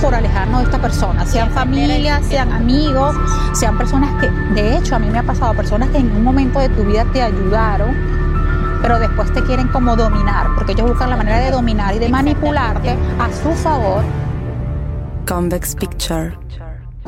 por alejarnos de esta persona, sean familia, sean amigos, sean personas que, de hecho, a mí me ha pasado, personas que en un momento de tu vida te ayudaron, pero después te quieren como dominar, porque ellos buscan la manera de dominar y de manipularte a su favor. Convex Picture.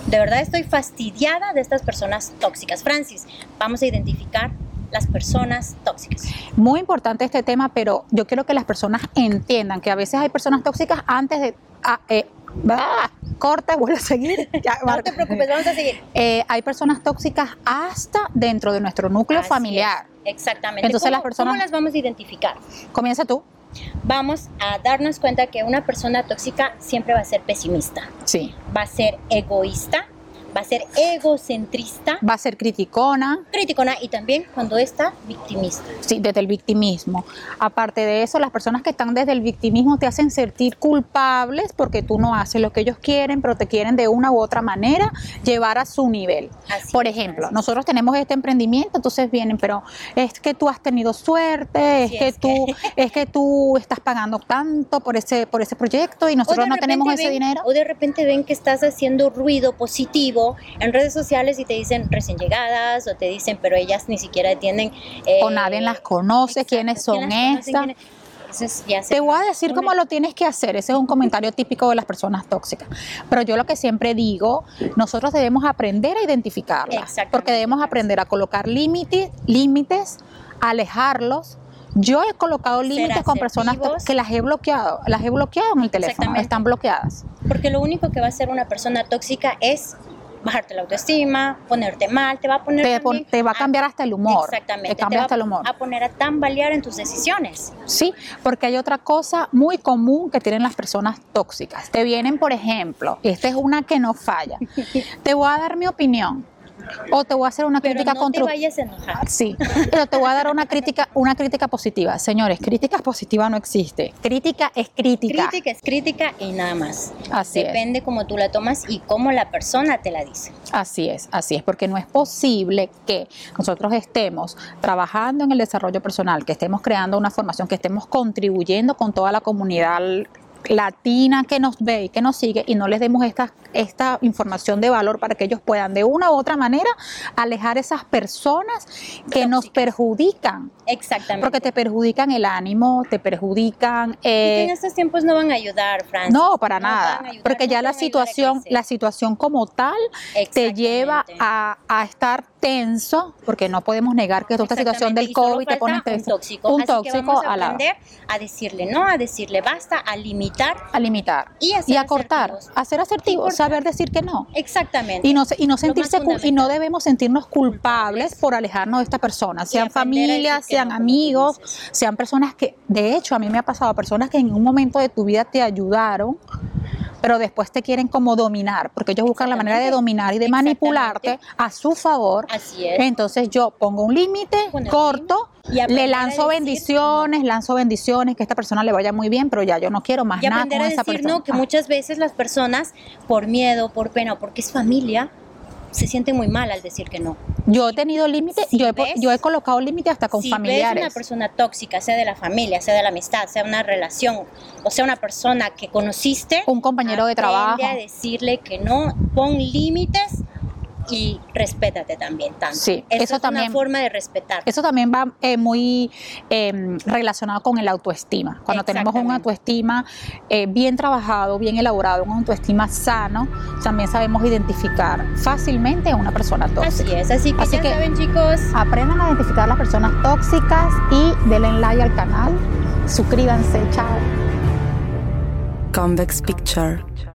De verdad estoy fastidiada de estas personas tóxicas. Francis, vamos a identificar las personas tóxicas. Muy importante este tema, pero yo quiero que las personas entiendan que a veces hay personas tóxicas antes de... ah, eh, bah, corta, vuelve a seguir. Ya, No te preocupes, vamos a seguir. Eh, hay personas tóxicas hasta dentro de nuestro núcleo Así es, familiar. Exactamente. Entonces, ¿Cómo- las personas- ¿Cómo las vamos a identificar? Comienza tú. Vamos a darnos cuenta que una persona tóxica siempre va a ser pesimista, Sí. va a ser egoísta, va a ser egocentrista, Va a ser criticona, criticona y también cuando está victimista. sí, desde el victimismo. Aparte de eso, las personas que están desde el victimismo te hacen sentir culpables porque tú no haces lo que ellos quieren, pero te quieren de una u otra manera llevar a su nivel. Así Por es, ejemplo, Francis. nosotros tenemos este emprendimiento, entonces vienen, pero es que tú has tenido suerte, es Sí, que es que- tú, es que tú estás pagando tanto por ese, por ese proyecto y O de nosotros no repente tenemos ese ven- dinero. O de repente ven que estás haciendo ruido positivo en redes sociales y te dicen recién llegadas o te dicen, pero ellas ni siquiera entienden. eh, o nadie las conoce, exacto, quiénes son quién las conoce, estas. quiénes- Eso es- ya se- Te voy a decir una- cómo lo tienes que hacer. Ese es un comentario típico de las personas tóxicas. Pero yo lo que siempre digo, nosotros debemos aprender a identificarlas. Exactamente. Porque debemos aprender a colocar límites, límites, alejarlos. Yo he colocado límites con personas asertivos. que las he bloqueado, las he bloqueado en el teléfono, Exactamente. están bloqueadas. Porque lo único que va a hacer una persona tóxica es bajarte la autoestima, ponerte mal, te va a poner Te, pon- también te va a cambiar hasta el humor. Exactamente. Te cambia va hasta el humor. A poner a tambalear en tus decisiones. Sí, porque hay otra cosa muy común que tienen las personas tóxicas. Te vienen, por ejemplo, y esta es una que no falla. Te voy a dar mi opinión o te voy a hacer una Pero crítica no te constructiva. vayas a enojar. Sí, pero te voy a dar una crítica, una crítica positiva. Señores, crítica positiva no existe. Crítica es crítica. Crítica es crítica y nada más. Así es. Depende cómo tú la tomas y cómo la persona te la dice. Así es, así es, porque no es posible que nosotros estemos trabajando en el desarrollo personal, que estemos creando una formación, que estemos contribuyendo con toda la comunidad l- latina que nos ve y que nos sigue y no les demos esta, esta información de valor para que ellos puedan de una u otra manera alejar esas personas que nos Tóxicas. perjudican, Exactamente. porque te perjudican el ánimo, te perjudican... eh, Y que en estos tiempos no van a ayudar, Francis. no, para No nada, van a ayudar, porque no ya la te van a ayudar a situación, crecer. la situación como tal te lleva Exactamente. a, a estar tenso, porque no podemos negar que toda esta situación Exactamente, del y solo COVID te pone falta tenso. Un tóxico. Un Así que tóxico vamos a a la- aprender a decirle no, a decirle basta, a limitar A limitar y a, ser y a cortar, asertivos. a ser asertivo, Importante. saber decir que no. Exactamente. Y no, se- y no más sentirse cul- y no fundamental. debemos sentirnos culpables por alejarnos de esta persona, sean aprender a familia, decir que sean no, como tú amigos, dices. sean personas que, de hecho, a mí me ha pasado personas que en un momento de tu vida te ayudaron, pero después te quieren como dominar, porque ellos buscan la manera de Exactamente. dominar y de manipularte a su favor. Así es. Entonces yo pongo un límite Poner un corto, límite y aprender le a lanzo decir bendiciones, lanzo bendiciones, que a esta persona le vaya muy bien, pero ya yo no quiero más Y nada aprender con a esa decir persona. no, que Ah, muchas veces las personas, por miedo, por pena o porque es familia, se sienten muy mal al decir que no. yo he tenido límites, Si yo, he po- ves- yo he colocado límites hasta con si ves una familiares. persona tóxica, sea de la familia, sea de la amistad, sea una relación, o sea una persona que conociste, un compañero de trabajo. aprende a decirle que no, pon límites y respétate también tanto. Sí, Eso, eso es también- una forma de respetar. Eso también va eh, muy eh, relacionado con el autoestima. Cuando tenemos un Exactamente. autoestima eh, bien trabajado, bien elaborado, un autoestima sano, también sabemos identificar fácilmente a una persona tóxica. Así es, así que Así ya que- saben chicos, Aprendan a identificar las personas tóxicas y denle like al canal. Suscríbanse, chao. Convex Picture.